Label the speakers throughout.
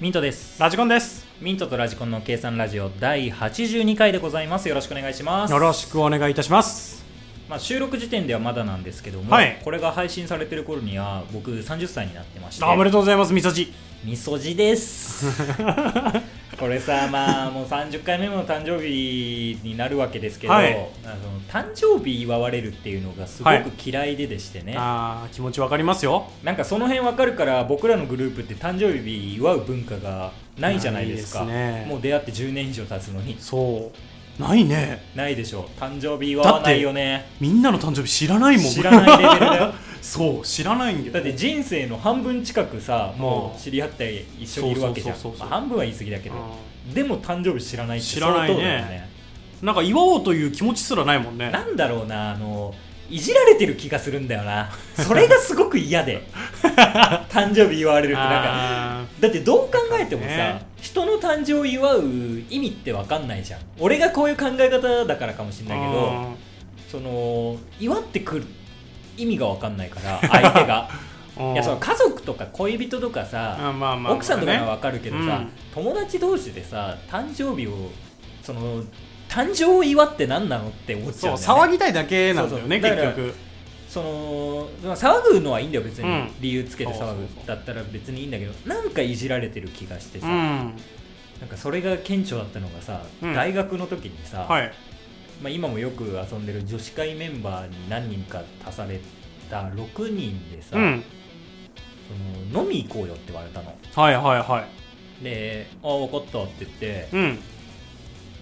Speaker 1: ミントです
Speaker 2: ラジコンです
Speaker 1: ミントとラジコンの計算ラジオ第82回でございますよろしくお願いします
Speaker 2: よろしくお願いいたします
Speaker 1: まあ、収録時点ではまだなんですけども、
Speaker 2: はい
Speaker 1: これが配信されてる頃には僕30歳になってまして
Speaker 2: おめでとうございますみそじ
Speaker 1: みそじです これさまあもう30回目の誕生日になるわけですけど、
Speaker 2: はい
Speaker 1: あの誕生日祝われるっていうのがすご
Speaker 2: はい
Speaker 1: く嫌いででしてね、
Speaker 2: あー気持ちわかりますよ
Speaker 1: なんかその辺わかるから僕らのグループって誕生日祝う文化がないじゃないですか
Speaker 2: ないですね
Speaker 1: もう出会って10年以上経つのに
Speaker 2: そうないね
Speaker 1: ないでしょ誕生日祝わないよね
Speaker 2: みんなの誕生日知らないもん
Speaker 1: 知らないレベルだ よ
Speaker 2: そう知らないんだよ
Speaker 1: だって人生の半分近くさも
Speaker 2: うん
Speaker 1: う知り合って一緒にいるわけじゃん
Speaker 2: そうそうそうそう
Speaker 1: まあ半分は言い過ぎだけどでも誕生日知らないって
Speaker 2: 知らないね
Speaker 1: 相当だよね
Speaker 2: うんなんか祝おうという気持ちすらないもんね
Speaker 1: なんだろうなあのいじられてる気がするんだよなそれがすごく嫌 で誕生日言われるってなんか
Speaker 2: あ
Speaker 1: だってどう考えてもさ、
Speaker 2: ね
Speaker 1: 人の誕生を祝う意味って分かんないじゃん俺がこういう考え方だからかもしれ
Speaker 2: ー
Speaker 1: ないけど
Speaker 2: うん
Speaker 1: その祝ってくる意味が分かんないから相手 が
Speaker 2: うん
Speaker 1: いやその家族とか恋人とかさ、
Speaker 2: あまあまあ
Speaker 1: 奥さんとかはわかるけどさ、
Speaker 2: うん
Speaker 1: 友達同士でさ誕生日をその誕生を祝って何なのって思っち
Speaker 2: そ
Speaker 1: ゃ
Speaker 2: う
Speaker 1: うんだよ、ね、
Speaker 2: 騒ぎたいだけなんだ
Speaker 1: そう
Speaker 2: よね
Speaker 1: そう
Speaker 2: 結
Speaker 1: だから
Speaker 2: 局
Speaker 1: そのまあ騒ぐのはいいんだよ別に、
Speaker 2: うん
Speaker 1: 理由つけて騒
Speaker 2: そう
Speaker 1: ぐ
Speaker 2: そうそう
Speaker 1: だったら別にいいんだけどなんかいじられてる気がしてさ、
Speaker 2: うん
Speaker 1: なんかそれが顕著だったのがさ、
Speaker 2: うん
Speaker 1: 大学の時にさ、
Speaker 2: はい
Speaker 1: まあ、今もよく遊んでる女子会メンバーに何人か足された6人でさ、
Speaker 2: うん
Speaker 1: その飲み行こうよって言われたの
Speaker 2: はいはいは
Speaker 1: で「ああ分かった」って言って
Speaker 2: いうん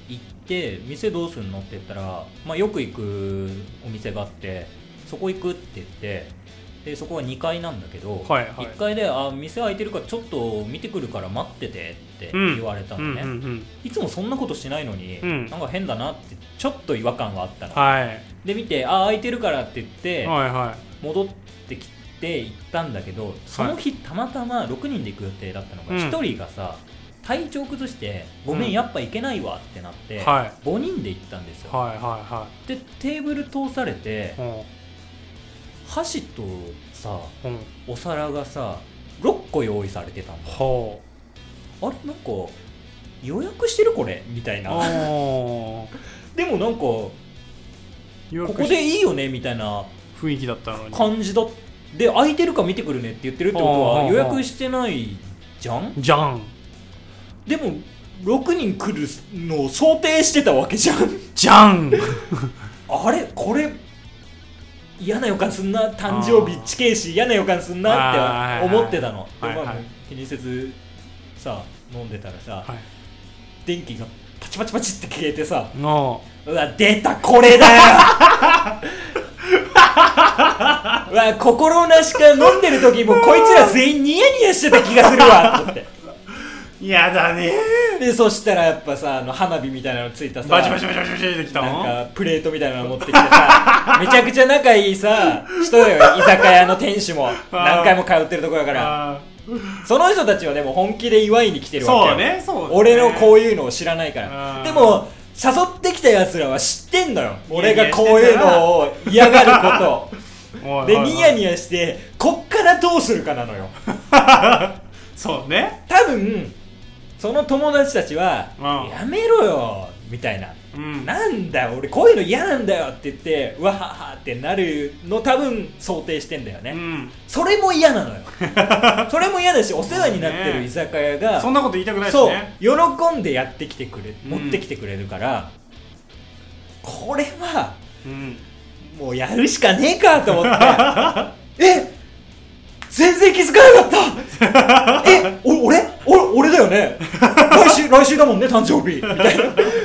Speaker 1: 行って店どうすんのって言ったら、まあ、よく行くお店があってそこ行くって言ってでそこは2階なんだけど、
Speaker 2: はいはい
Speaker 1: 1階で「あ店開いてるからちょっと見てくるから待ってて」って
Speaker 2: うん
Speaker 1: 言われた
Speaker 2: う
Speaker 1: の
Speaker 2: ん
Speaker 1: ね、
Speaker 2: うんうん
Speaker 1: いつもそんなことしないのに、
Speaker 2: うん
Speaker 1: なんか変だなってちょっと違和感があったの、
Speaker 2: はい
Speaker 1: で見て「あ開いてるから」って言って
Speaker 2: はいは
Speaker 1: 戻ってきて行ったんだけどその日たまたま6人で行く予定だったのが、
Speaker 2: うん
Speaker 1: 1人がさ体調崩して「ごめ
Speaker 2: うん
Speaker 1: んやっぱ行けないわ」ってなって、
Speaker 2: いはい
Speaker 1: 5人で行ったんですよ、
Speaker 2: はいは
Speaker 1: でテーブル通されて
Speaker 2: いはい
Speaker 1: 箸とさ
Speaker 2: うんうん
Speaker 1: お皿がさ6個用意されてたんだ
Speaker 2: ほ
Speaker 1: あれなんか予約してるこれみたいうな
Speaker 2: お
Speaker 1: でもなんかこ
Speaker 2: 予
Speaker 1: こでいいよねみたいな
Speaker 2: 雰囲気だったのに
Speaker 1: 感じだで空いてるか見てくるねって言ってるってこと
Speaker 2: あ
Speaker 1: は
Speaker 2: あ
Speaker 1: 予約してないじゃん
Speaker 2: じゃん
Speaker 1: でも6人来るのを想定してたわけ じゃん
Speaker 2: じゃん
Speaker 1: あれこれ嫌な予感すんな誕生日
Speaker 2: あー
Speaker 1: 地形し嫌な予感すんなって
Speaker 2: あーはいはい
Speaker 1: 思ってたので
Speaker 2: はい
Speaker 1: まあ
Speaker 2: はい
Speaker 1: 気にせずさ飲んでたらさ、
Speaker 2: はい
Speaker 1: 電気がパチパチパチって消えてさ
Speaker 2: の
Speaker 1: うわ出たこれだ ようわ心なしか飲んでる時もこいつら全員ニヤニヤしてた気がするわと思って
Speaker 2: やだね
Speaker 1: でそしたらやっぱさあの花火みたいなのついたさ
Speaker 2: バチバチバチバチバチってきたの
Speaker 1: なんかプレートみたいなの持ってきて さめちゃくちゃ仲いいさ人よ居酒屋の店主も何回も通ってるとこだから
Speaker 2: あ
Speaker 1: その人たちはでも本気で祝いに来て
Speaker 2: ー
Speaker 1: るわけ
Speaker 2: そ
Speaker 1: よ
Speaker 2: うねそうね
Speaker 1: 俺のこういうのを知らないから
Speaker 2: あー
Speaker 1: でも誘ってきたやつらは知ってんのよ
Speaker 2: ニヤ
Speaker 1: 俺
Speaker 2: ニヤ
Speaker 1: がこういうのを嫌がるこ
Speaker 2: おいおいお
Speaker 1: と
Speaker 2: い
Speaker 1: でニヤニヤしてこっからどうするかなのよ
Speaker 2: そうね
Speaker 1: 多分その友達たちは
Speaker 2: うん
Speaker 1: やめろよみたいな
Speaker 2: うん
Speaker 1: なんだよ俺こういうの嫌なんだよって言ってうわははってなるの多分想定してんだよね、
Speaker 2: うん
Speaker 1: それも嫌な のよそれも嫌だしお世話になってる居酒屋が
Speaker 2: そんなこと言いたくないし
Speaker 1: そう
Speaker 2: ね
Speaker 1: 喜んでやってきてくれ
Speaker 2: うん
Speaker 1: 持ってきてくれるから、これは
Speaker 2: うん
Speaker 1: もうやるしかねえかと思って え全然気づかなかったえお俺俺俺だよね来週来週だもんね誕生日みたいな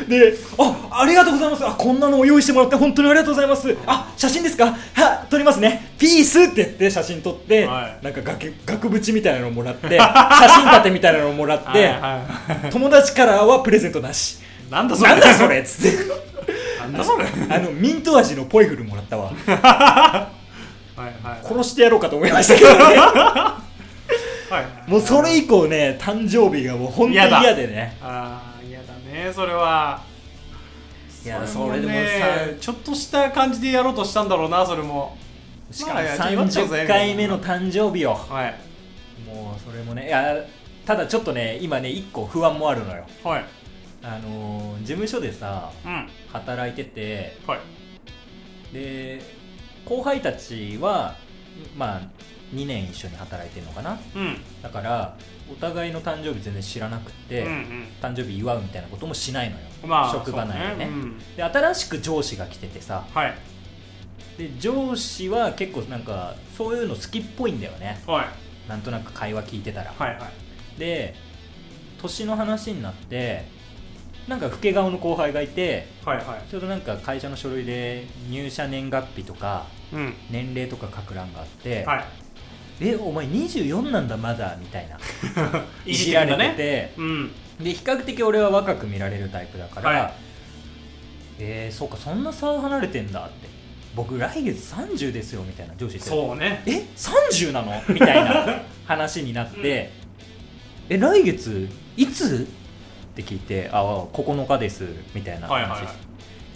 Speaker 1: であありがとうございますあこんなのを用意してもらって本当にありがとうございますあ写真ですかは撮りますねピースって言って写真撮って、
Speaker 2: はい
Speaker 1: なんか額額縁みたいなのもらって写真立てみたいなのもらって、
Speaker 2: はいは
Speaker 1: 友達からはプレゼントなし
Speaker 2: いなんだそれ
Speaker 1: なんだそれっつって
Speaker 2: なんだそれはい
Speaker 1: あのミント味のポイフルもらったわ
Speaker 2: はい
Speaker 1: 殺してやろうかと思いましたけどね
Speaker 2: は い
Speaker 1: もうそれ以降ね誕生日がもう本当に
Speaker 2: やだ
Speaker 1: 嫌でね
Speaker 2: あー嫌だねそれはい
Speaker 1: や
Speaker 2: も
Speaker 1: それでもさ
Speaker 2: ちょっとした感じでやろうとしたんだろうなそれも
Speaker 1: しかも
Speaker 2: まあやってみようぜ
Speaker 1: 30回目の誕生日よ
Speaker 2: はい
Speaker 1: もうそれもねいやただちょっとね今ね一個不安もあるのよ
Speaker 2: はい
Speaker 1: あのー事務所でさ
Speaker 2: うん
Speaker 1: 働いてて
Speaker 2: はい
Speaker 1: で後輩たちはまあ2年一緒に働いてるのかな
Speaker 2: うん
Speaker 1: だからお互いの誕生日全然知らなくて、
Speaker 2: うん
Speaker 1: 誕生日祝うみたいなこともしないのよ、
Speaker 2: うんまあ
Speaker 1: 職場内でね
Speaker 2: そううん
Speaker 1: で新しく上司が来ててさ
Speaker 2: はい
Speaker 1: で上司は結構なんかそういうの好きっぽいんだよね
Speaker 2: はい
Speaker 1: なんとなく会話聞いてたら、
Speaker 2: はいはい
Speaker 1: で年の話になってなんか老け顔の後輩がいて
Speaker 2: はいはい
Speaker 1: ちょうどなんか会社の書類で入社年月日とか
Speaker 2: うん
Speaker 1: 年齢とか書く欄があって、
Speaker 2: はい
Speaker 1: えお前24なんだまだみたいないじ
Speaker 2: て
Speaker 1: ら
Speaker 2: る
Speaker 1: れ
Speaker 2: んだ
Speaker 1: て
Speaker 2: ね
Speaker 1: て、
Speaker 2: うん
Speaker 1: で比較的俺は若く見られるタイプだから、
Speaker 2: はい
Speaker 1: えー、そうかそんな差離れてんだって僕来月30ですよみたいな上司言って
Speaker 2: そうね
Speaker 1: え30なのみたい な話になって、え来月いつって聞いてああ9日ですみたいな話、
Speaker 2: はい
Speaker 1: い
Speaker 2: はいは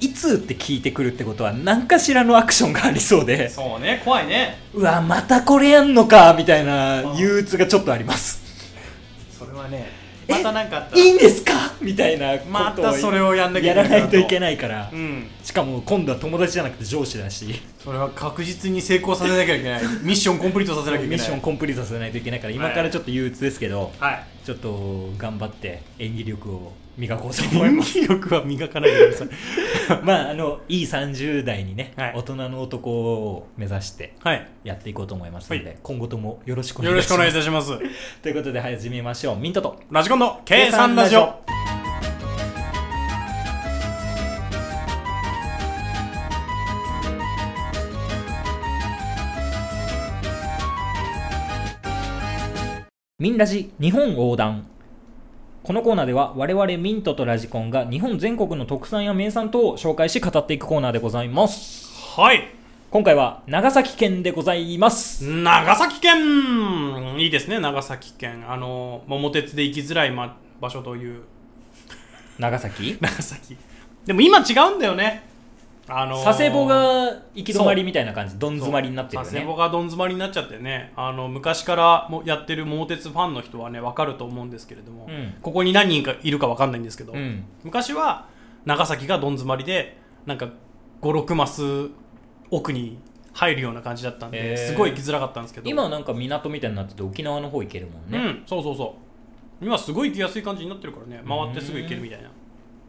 Speaker 2: い
Speaker 1: つって聞いてくるってことは何かしらのアクションがありそうで
Speaker 2: そうね怖いね
Speaker 1: うわまたこれやんのかみたいな
Speaker 2: あ
Speaker 1: 憂鬱がちょっとあります
Speaker 2: それはね
Speaker 1: え
Speaker 2: また何かあったら
Speaker 1: いいんですかみたいなことを
Speaker 2: またそれをやんなきゃ
Speaker 1: やらないといけ
Speaker 2: ない
Speaker 1: ないから
Speaker 2: うん
Speaker 1: しかも今度は友達じゃなくて上司だし
Speaker 2: それは確実に成功させなきゃい けないミッションコンプリートさせなきゃいけない
Speaker 1: ミッションコンプリートさせないといけないから今からちょっと憂鬱ですけど、
Speaker 2: はい
Speaker 1: ちょっと頑張って演技力を磨こうと思います
Speaker 2: 力は磨かないでください
Speaker 1: まああのいい30代にね、
Speaker 2: はい
Speaker 1: 大人の男を目指して
Speaker 2: はい
Speaker 1: やっていこうと思いますので、
Speaker 2: は
Speaker 1: 今後ともよろしくお
Speaker 2: よ
Speaker 1: 願い
Speaker 2: ろ
Speaker 1: し
Speaker 2: し
Speaker 1: ます
Speaker 2: くお願いいたします
Speaker 1: ということで始めましょうミントと
Speaker 2: ラジコンの計算ラジオ
Speaker 1: ミンラジ日本横断このコーナーでは我々ミントとラジコンが日本全国の特産や名産等を紹介し語っていくコーナーでございます
Speaker 2: はい
Speaker 1: 今回は長崎県でございます
Speaker 2: 長崎県いいですね長崎県あの桃鉄で行きづらい、ま、場所という
Speaker 1: 長崎
Speaker 2: 長崎でも今違うんだよねあ の
Speaker 1: 佐世保が行き止まりみたいな感じどん詰まりになってるよ
Speaker 2: 佐世保
Speaker 1: ね
Speaker 2: がどん詰まりになっちゃってねあの昔からもやってる桃鉄ファンの人はね分かると思うんですけれども、
Speaker 1: うん
Speaker 2: ここに何人かいるか分かんないんですけど、
Speaker 1: うん
Speaker 2: 昔は長崎がどん詰まりでなんか56マス奥に入るような感じだったんで、
Speaker 1: へー
Speaker 2: すごい行きづらかったんですけど
Speaker 1: 今はなんか港みたいになってて沖縄の方行けるもん
Speaker 2: う
Speaker 1: ね、
Speaker 2: んそうそうそう今すごい行きやすい感じになってるからね回ってすぐ行けるみたいな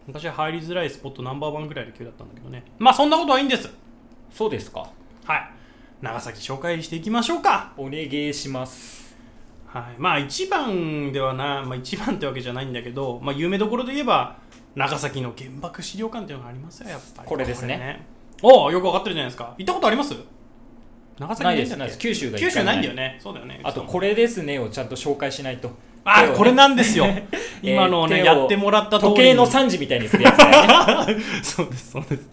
Speaker 2: 昔は入りづらいスポットナンバーワンぐらいの級だったんだけどねまあそんなことはいいんです
Speaker 1: そうですか
Speaker 2: はい長崎紹介していきましょうか
Speaker 1: お願いします
Speaker 2: はい、まあ一番ではな、まあ、一番ってわけじゃないんだけど、まあ、有名どころで言えば長崎の原爆資料館っていうのがありますよやっぱり
Speaker 1: これですね
Speaker 2: おおよくわかってるじゃないですか行ったことあります長崎
Speaker 1: ない
Speaker 2: な
Speaker 1: で
Speaker 2: い
Speaker 1: す
Speaker 2: んだっ
Speaker 1: ないで
Speaker 2: け
Speaker 1: す九州が
Speaker 2: 九州ないんだよ
Speaker 1: ね
Speaker 2: ねそうだよね
Speaker 1: あとこれですねをちゃんと紹介しないと
Speaker 2: あ
Speaker 1: 手を
Speaker 2: ー
Speaker 1: ね
Speaker 2: これなんですよ
Speaker 1: えー
Speaker 2: 今のをね、
Speaker 1: 手を
Speaker 2: やってもらった通り
Speaker 1: 時計の
Speaker 2: さ
Speaker 1: 3時みたいにするやつ だよね
Speaker 2: そうですそうです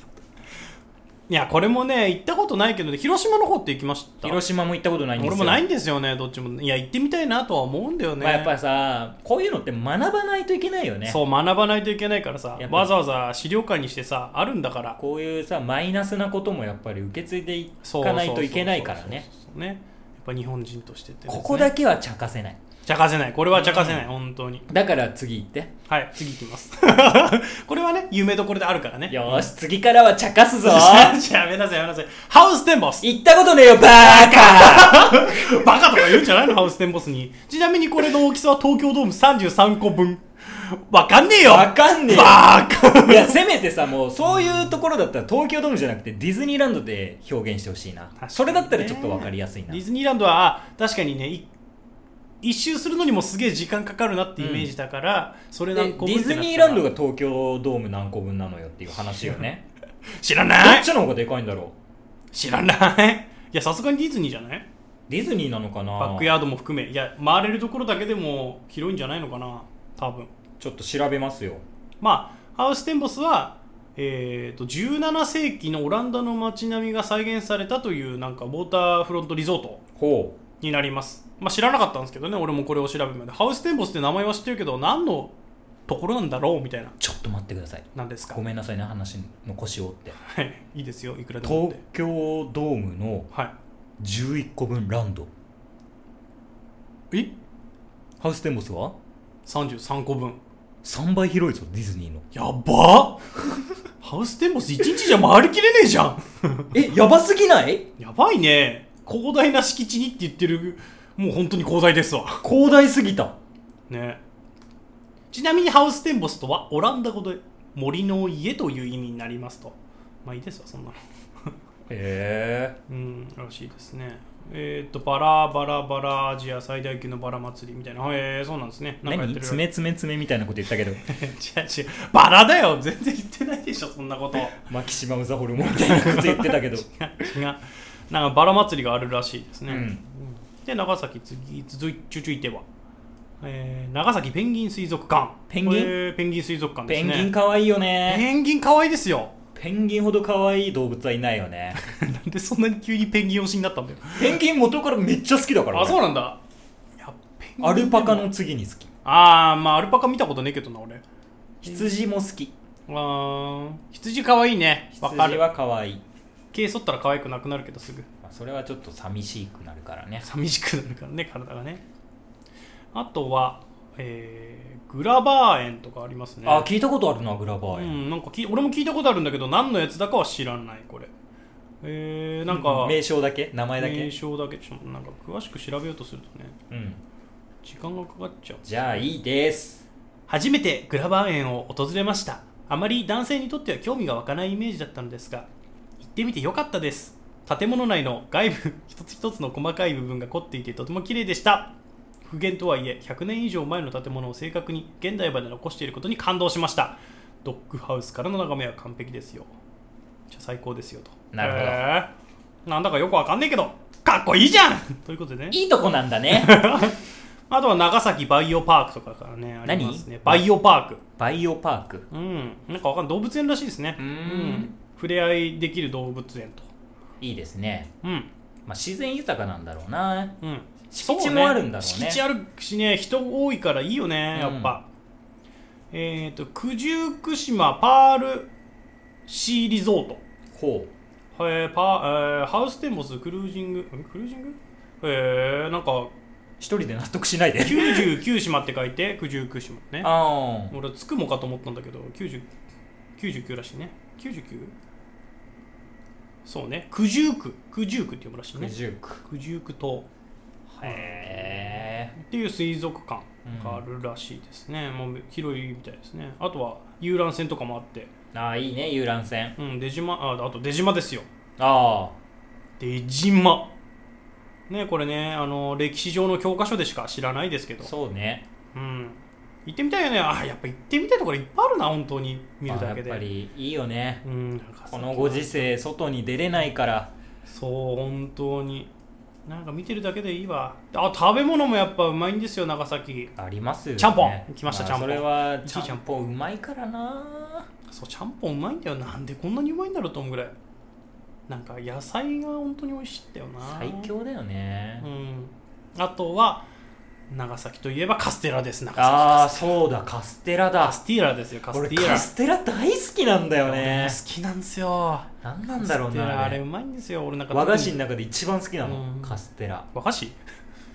Speaker 2: いやこれもね行ったことないけどね広島の方って行きました
Speaker 1: 広島も行ったことないんですよ
Speaker 2: 俺もないんですよねどっちもいや行ってみたいなとは思うんだよね、
Speaker 1: まあ、やっぱりさこういうのって学ばないといけないよね
Speaker 2: そう学ばないといけないからさ
Speaker 1: やっぱ
Speaker 2: わざわざ資料館にしてさあるんだから
Speaker 1: こういうさマイナスなこともやっぱり受け継いでい
Speaker 2: そう
Speaker 1: かないといけないからね
Speaker 2: そうそうそうそうねやっぱ日本人としてってですね
Speaker 1: ここだけはちゃかせない
Speaker 2: ちゃかせないこれはちゃかせない、本当に
Speaker 1: だから次行って
Speaker 2: はい次いきます これはね有名どころであるからね
Speaker 1: よーし次からはちゃかすぞ
Speaker 2: じゃあやめなさいやめなさいハウステンボス
Speaker 1: 行ったことねえよバーカ
Speaker 2: バカとか言うんじゃないのハウステンボスにちなみにこれの大きさは東京ドーム33個分 わかんねえよ
Speaker 1: わかんねえよ
Speaker 2: バカ
Speaker 1: いやせめてさもうそういうところだったら東京ドームじゃなくてディズニーランドで表現してほしいな、
Speaker 2: かにね
Speaker 1: それだったらちょっとわかりやすいな
Speaker 2: ディズニーランドはあ確かにねい一周するのにもすげえ時間かかるなってイメージだから、それ
Speaker 1: で
Speaker 2: 何
Speaker 1: デ
Speaker 2: 個分
Speaker 1: ィズニーランドが東京ドーム何個分なのよっていう話よ ね
Speaker 2: 知ら
Speaker 1: ど
Speaker 2: な
Speaker 1: っ
Speaker 2: い
Speaker 1: ちの方がでかいんだろ
Speaker 2: 知らない いやさすがにディズニーじゃないう
Speaker 1: ディズニーなのかな
Speaker 2: バックヤードも含めいや回れるところだけでも広いんじゃないのかな多分
Speaker 1: ちょっと調べますよ
Speaker 2: まあハウステンボスはえー、と17世紀のオランダの街並みが再現されたというなんかウォーターフロントリゾート
Speaker 1: ほう
Speaker 2: になります、まあ、知らなかったんですけどね俺もこれを調べるまでハウステンボスって名前は知ってるけど何のところなんだろうみたいな
Speaker 1: ちょっと待ってください
Speaker 2: なんですか
Speaker 1: ごめんなさいね話の腰を折って
Speaker 2: はいいいですよいくらでもっ
Speaker 1: 東
Speaker 2: て
Speaker 1: 京ドームの
Speaker 2: は
Speaker 1: 11個分ランド
Speaker 2: いえ
Speaker 1: ハウステンボスは
Speaker 2: 33個分
Speaker 1: 3倍広いぞディズニーの
Speaker 2: やばっ ハウステンボス1日じゃ回りきれねえじゃん
Speaker 1: えやばすぎない
Speaker 2: やばいね広大な敷地にって言ってるもう本当に広大ですわ
Speaker 1: 広大すぎた
Speaker 2: ねちなみにハウステンボスとはオランダ語で森の家という意味になりますとまあいいですわそんなの
Speaker 1: へえ
Speaker 2: うんらしいですねえー、っとバラバラバラアジア最大級のバラ祭りみたいなへえそうなんですねなんかやっ
Speaker 1: 何
Speaker 2: てる
Speaker 1: 爪爪爪みたいなこと言ったけど
Speaker 2: 違う違うバラだよ全然言ってないでしょそんなこと
Speaker 1: マキシマムザホルモンみたいなこと言ってた けど
Speaker 2: 違うなんかバラ祭りがあるらしいですね、
Speaker 1: うん
Speaker 2: うんで長崎次続い続いては、えー長崎ペンギン水族館
Speaker 1: ペンギン
Speaker 2: これペンギン水族館で
Speaker 1: ペ
Speaker 2: す
Speaker 1: ン
Speaker 2: ね
Speaker 1: ギンかわいいよね
Speaker 2: ペンギン可愛いですよ
Speaker 1: ペンギンほどかわいい動物はいないよ ね
Speaker 2: なんでそんなに急にペンギン推しになったんだよ
Speaker 1: ペンギン元からめっちゃ好きだから
Speaker 2: あそう
Speaker 1: う
Speaker 2: なんだいやペンギン
Speaker 1: アルパカの次に好き
Speaker 2: ああまあアルパカ見たことねえけどな俺
Speaker 1: 羊も好き
Speaker 2: あー羊可愛いねわか
Speaker 1: 羊
Speaker 2: る
Speaker 1: はかわいい
Speaker 2: 毛剃ったら可愛くなくなるけどすぐ
Speaker 1: まあそれはちょっと寂しくなるからね
Speaker 2: 寂しくなるからね体がねあとは、えーグラバー園とかありますね
Speaker 1: あ聞いたことあるなグラバ
Speaker 2: う
Speaker 1: ー園、
Speaker 2: ん、なんか聞い俺も聞いたことあるんだけど何のやつだかは知らないこれえー、なんか、
Speaker 1: 名称だけ名前だ
Speaker 2: 名
Speaker 1: け
Speaker 2: 称だけちょっとなんか詳しく調べようとするとね
Speaker 1: うん
Speaker 2: 時間がかかっちゃう
Speaker 1: じゃあいいです
Speaker 2: 初めてグラバー園を訪れましたあまり男性にとっては興味が湧かないイメージだったのですが行ってみてよかったです建物内の外部一つ一つの細かい部分が凝っていてとても綺麗でした復元とはいえ100年以上前の建物を正確に現代まで残していることに感動しましたドッグハウスからの眺めは完璧ですよじゃあ最高ですよと
Speaker 1: なるほど
Speaker 2: へーなんだかよくわかんねえけどかっこいいじゃんということでね
Speaker 1: いいとこなんだね
Speaker 2: あとは長崎バイオパークとかからねありますねバ
Speaker 1: 何
Speaker 2: イオパーク
Speaker 1: バイオパーク
Speaker 2: うん、なんかわかんない動物園らしいですね
Speaker 1: うーん
Speaker 2: 触れ合いできる動物園と
Speaker 1: いいですね、
Speaker 2: うん
Speaker 1: まあ、自然豊かなんだろうな
Speaker 2: うん
Speaker 1: 敷地
Speaker 2: そう
Speaker 1: もあるんだろうね
Speaker 2: 敷地あるしね人多いからいいよねやっぱ、えっ、と九十九島パールシーリゾート
Speaker 1: ほ
Speaker 2: えーパーえーハウステンボスクルージングんクルージングえー、なんか
Speaker 1: う一人で納得しないで
Speaker 2: 99島って書いて九十九島ね
Speaker 1: あ
Speaker 2: 俺つくもかと思ったんだけど90 99らしいね 99? そうね九十九九十九って呼ぶらしい
Speaker 1: あ
Speaker 2: ね
Speaker 1: 九十九
Speaker 2: 九十九島
Speaker 1: へえ
Speaker 2: っていう水族館があるらしいですね、もう広いみたいですねあとは遊覧船とかもあって、
Speaker 1: ああいいね遊覧船
Speaker 2: うん、出島ああと出島ですよ
Speaker 1: ああ
Speaker 2: 出島ねこれねあの歴史上の教科書でしか知らないですけど
Speaker 1: そうね
Speaker 2: うん行ってみたいよねあやっぱ行ってみたいところいっぱいあるな本当に見るだけで、
Speaker 1: まあやっぱりいいよね
Speaker 2: うんなんかさ
Speaker 1: このご時世外に出れないから
Speaker 2: そう本当になんか見てるだけでいいわあ食べ物もやっぱうまいんですよ長崎
Speaker 1: ありますよね
Speaker 2: ちゃんぽん来ました
Speaker 1: あ
Speaker 2: ちゃんぽん
Speaker 1: それは
Speaker 2: 一位
Speaker 1: ちゃんぽんうまいからな
Speaker 2: そうちゃんぽんうまいんだよなんでこんなにうまいんだろうと思うぐらいなんか野菜が本当に美味しいんだよな
Speaker 1: 最強だよね
Speaker 2: うんあとは長崎といえばカステラです長崎
Speaker 1: ああそうだカステラだ
Speaker 2: カスティーラですよカス
Speaker 1: 俺
Speaker 2: ティーラ
Speaker 1: カステラ大好きなんだよね
Speaker 2: 俺も好きなんですよ
Speaker 1: 何なんだろう
Speaker 2: カステラ
Speaker 1: な
Speaker 2: あ
Speaker 1: あ
Speaker 2: れ
Speaker 1: れ
Speaker 2: うまいんですよ俺なんか
Speaker 1: 和菓子の
Speaker 2: 特
Speaker 1: 中
Speaker 2: に
Speaker 1: で一番好きなの、
Speaker 2: うん
Speaker 1: カステラ
Speaker 2: 和菓子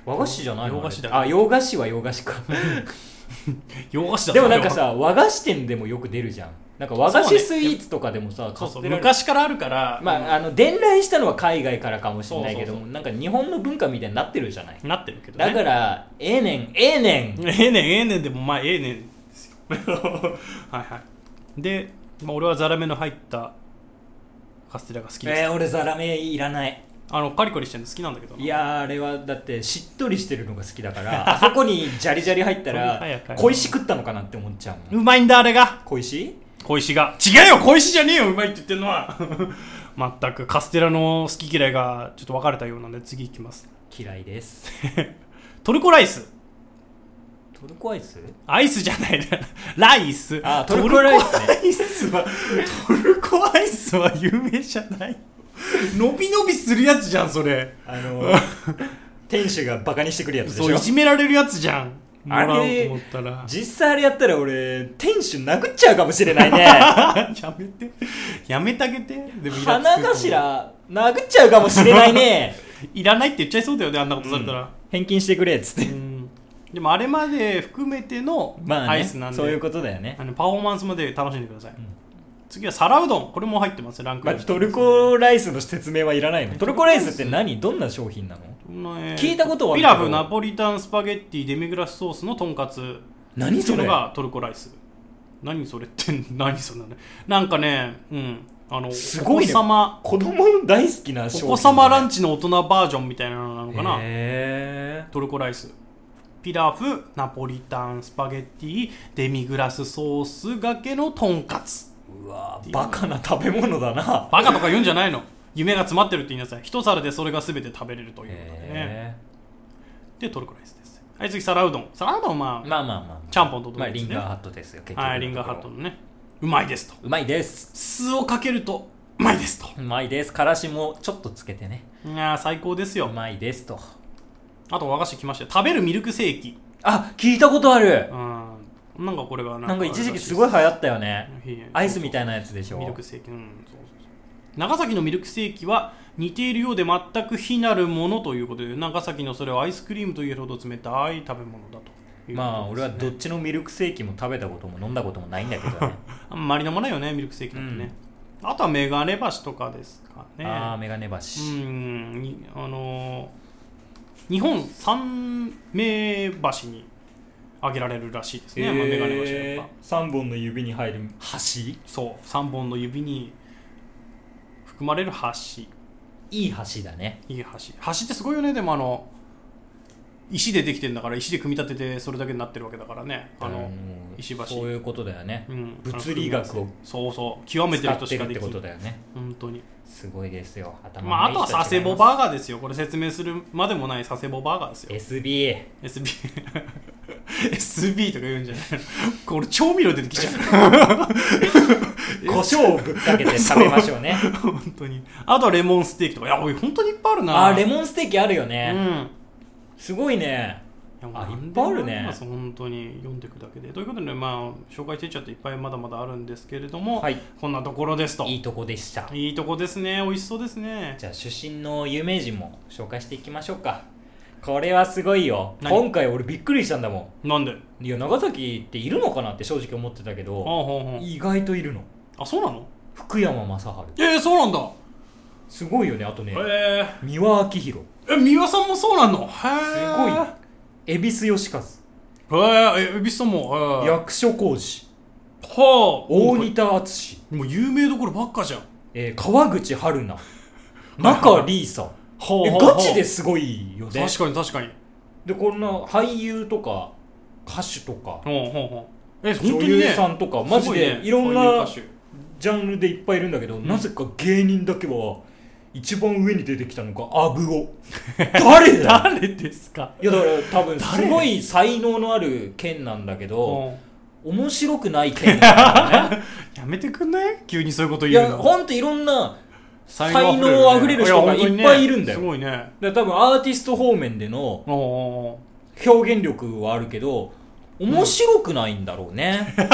Speaker 1: 和菓子じゃないの
Speaker 2: 洋菓子だ
Speaker 1: あれあ洋菓子は洋菓 子か
Speaker 2: 洋菓子だ
Speaker 1: でもなんかさ和菓子店でもよく出るじゃんなんか和菓
Speaker 2: そう
Speaker 1: 子
Speaker 2: ね
Speaker 1: スイーツとかでもさ、
Speaker 2: そ
Speaker 1: カ
Speaker 2: うそ
Speaker 1: ス
Speaker 2: う
Speaker 1: テラ
Speaker 2: 昔からあるから、
Speaker 1: まあ、あの伝来したのは海外からかもしれないけども
Speaker 2: そう
Speaker 1: なんか日本の文化みたいになってるじゃない
Speaker 2: なってるけどね
Speaker 1: だから、ええねんええねん
Speaker 2: ええねんええねんでもまあええねんですよ はいはいで、まあ、俺はザラメの入ったカステラが好きです、
Speaker 1: えー、俺ザラメいらない
Speaker 2: あのカリカリしてるの好きなんだけどない
Speaker 1: やーあれはだってしっとりしてるのが好きだからあそこにジャリジャリ入った
Speaker 2: はいはい
Speaker 1: ら
Speaker 2: はい
Speaker 1: 小石食ったのかなって思っちゃうもん
Speaker 2: うまいんだあれが
Speaker 1: 小石
Speaker 2: 小石が違うよ小石じゃねえようまいって言ってるのは 全くカステラの好き嫌いがちょっと分かれたようなんで次いきます
Speaker 1: 嫌いです
Speaker 2: トルコライス
Speaker 1: トルコアイス
Speaker 2: アイスじゃない ライス
Speaker 1: あトルコライスね
Speaker 2: トルコアイスはトルコアイスは有名じゃない伸び伸びするやつじゃんそれ
Speaker 1: あの店主がバカにしてくるやつで
Speaker 2: そうい
Speaker 1: し
Speaker 2: じ
Speaker 1: ょ
Speaker 2: められるやつじゃんも
Speaker 1: あれ
Speaker 2: らおうと思ったら
Speaker 1: 実際あれやったら俺店主殴っちゃうかもしれないね
Speaker 2: やめてやめてあげてでもイラつく
Speaker 1: 花頭殴っちゃうかもしれないね
Speaker 2: いらないって言っちゃいそうだよねあんなことされたら
Speaker 1: 返金してくれっつっ
Speaker 2: う
Speaker 1: て
Speaker 2: んでもあれまで含めての
Speaker 1: まあ
Speaker 2: ア
Speaker 1: ね
Speaker 2: イスなんで、
Speaker 1: そういうことだよね
Speaker 2: あのパフォーマンスまで楽しんでください、
Speaker 1: ん
Speaker 2: 次は皿うどんこれも入ってますねランク
Speaker 1: まあ
Speaker 2: イン
Speaker 1: トルコライスの説明はいらないのトルコライスって何どんな商品なの聞いたことはあ
Speaker 2: ピ
Speaker 1: るけど
Speaker 2: ラフナポリタンスパゲッティデミグラスソースのとんかつ
Speaker 1: 何そ
Speaker 2: って
Speaker 1: れ
Speaker 2: いうのがトルコライス何それって何それなのなんかねうんあの
Speaker 1: すごいね
Speaker 2: お子様
Speaker 1: 子供の大好きな商
Speaker 2: お
Speaker 1: 品
Speaker 2: 子様ランチの大人バージョンみたいなのなのかな、
Speaker 1: へ
Speaker 2: トルコライスピラフナポリタンスパゲッティデミグラスソースがけのとんかつ
Speaker 1: ーうわーバカな食べ物だな
Speaker 2: バカとか言うんじゃないの夢が詰まってるって言いなさい一皿でそれが全て食べれるということでね
Speaker 1: へ
Speaker 2: でトルコライスですはい次皿うどん皿うどんは
Speaker 1: ー
Speaker 2: ま
Speaker 1: まあまあまあ
Speaker 2: ちゃんぽんと同
Speaker 1: まあ
Speaker 2: 様で
Speaker 1: リ
Speaker 2: す
Speaker 1: ン
Speaker 2: ね
Speaker 1: ガーハットですよ結
Speaker 2: あ
Speaker 1: 局
Speaker 2: はいリンガーハットのねうまいですと
Speaker 1: うまいです
Speaker 2: 酢をかけるとうまいですと
Speaker 1: うまいですからしもちょっとつけてね
Speaker 2: いやー最高です
Speaker 1: う
Speaker 2: よ
Speaker 1: まいですと
Speaker 2: あと和菓子来ましたよ食べるミルクセーキ
Speaker 1: あ聞いたことあ
Speaker 2: う
Speaker 1: る
Speaker 2: んなんかこれが
Speaker 1: なんか一時期す
Speaker 2: い
Speaker 1: ごい流行ったよねアイス
Speaker 2: み
Speaker 1: みたいなやつでしょ
Speaker 2: ミルクセーキ、うん、そうそうそう長崎のミルクセーキは似ているようで全く非なるものということで長崎のそれはアイスクリームというほど冷たい食べ物だということですね、
Speaker 1: まあ俺はどっちのミルクセーキも食べたことも飲んだこともないんだけどね
Speaker 2: あんまり飲まないよねミルクセーキだってね、あとはメガネ橋とかですかね
Speaker 1: ああメガネ橋
Speaker 2: うんにあのー日本三名橋に挙げられるらしいですね、まあメガネ橋はやっぱ
Speaker 1: 3本の指に入る橋
Speaker 2: そう3本の指に含まれる橋
Speaker 1: いい橋だね
Speaker 2: いい橋橋ってすごいよねでもあの石でできてるんだから石で組み立ててそれだけになってるわけだからねあの、
Speaker 1: うん
Speaker 2: 石橋
Speaker 1: そういうことだよね、
Speaker 2: うん、
Speaker 1: 物理学を
Speaker 2: そうそう極めて
Speaker 1: 使
Speaker 2: る
Speaker 1: って
Speaker 2: 人しか
Speaker 1: るっ
Speaker 2: で
Speaker 1: て
Speaker 2: きな
Speaker 1: こと
Speaker 2: い
Speaker 1: だよね
Speaker 2: 本当に
Speaker 1: すごいですよ頭
Speaker 2: まああとは佐世保
Speaker 1: ー
Speaker 2: バーガーですよこれ説明するまでもない佐世保バーガーですよ
Speaker 1: SB
Speaker 2: SB SB とか言うんじゃないこれ調味料出てきちゃう
Speaker 1: 胡椒をぶっかけて食べましょうね
Speaker 2: 本当にあとはレモンステーキとかいやおい本当にいっぱいあるな
Speaker 1: あーレ
Speaker 2: ン
Speaker 1: モンステーキあるよ
Speaker 2: う
Speaker 1: ね、
Speaker 2: ん
Speaker 1: すごいね
Speaker 2: いや
Speaker 1: あ
Speaker 2: もう
Speaker 1: いっぱいあるね
Speaker 2: 何でもます本当に読んでいくだけで。ということで、まあ、紹介していっちゃっていっぱいまだまだあるんですけれども、
Speaker 1: はい
Speaker 2: こんなところですと。
Speaker 1: いいとこでした
Speaker 2: いいとこですね、美味しそうですね。
Speaker 1: じゃあ出身の有名人も紹介していきましょうかこれはすごいよ
Speaker 2: 何
Speaker 1: 今回俺びっくりしたんだも
Speaker 2: なんであ
Speaker 1: んいや長崎っているのかなって正直思ってたけ
Speaker 2: あ
Speaker 1: ど
Speaker 2: ほんほん
Speaker 1: 意外といるの
Speaker 2: あ、そうなの
Speaker 1: 福山雅治
Speaker 2: えー、そうなんだ。
Speaker 1: すごいよねあとね
Speaker 2: え
Speaker 1: 三輪明宏
Speaker 2: ー、え、三輪さんもそうなのへ
Speaker 1: す
Speaker 2: ー
Speaker 1: ごい恵比寿義和
Speaker 2: へーえ、エビスさんも。へーは
Speaker 1: 役所広司
Speaker 2: あ。
Speaker 1: 大
Speaker 2: なんか
Speaker 1: 仁田淳、
Speaker 2: もう有名どころばっかじゃん。は
Speaker 1: えー川口春奈中里さん
Speaker 2: あ
Speaker 1: え
Speaker 2: はあはあ
Speaker 1: ガチですごいよね
Speaker 2: 確かに確かに。
Speaker 1: でこんな俳優とか歌手とか
Speaker 2: ほうほうほう。え、本当
Speaker 1: 女
Speaker 2: にね。
Speaker 1: 優さんとか、マ
Speaker 2: す
Speaker 1: ジ
Speaker 2: ご
Speaker 1: で
Speaker 2: ね
Speaker 1: いろん
Speaker 2: 俳優
Speaker 1: な
Speaker 2: 歌手
Speaker 1: ジャンルでいっぱいいるんだけど、なぜか芸人だけは一番上に出てきたのがアブ オ 誰だ
Speaker 2: 誰ですか
Speaker 1: いやだから多分すごい才能のある県なんだけど
Speaker 2: うん
Speaker 1: 面白くない県なんだよね
Speaker 2: やめてくんない急にそういう こと
Speaker 1: い
Speaker 2: 言う
Speaker 1: や
Speaker 2: の
Speaker 1: ほんといろんな
Speaker 2: 才
Speaker 1: 才能あふれる人が
Speaker 2: や本当にね
Speaker 1: いっぱいいるんだよ
Speaker 2: すごいね
Speaker 1: で多分アーティスト方面での
Speaker 2: おうお
Speaker 1: 表現力はあるけど面白くないんだろうね、
Speaker 2: うおう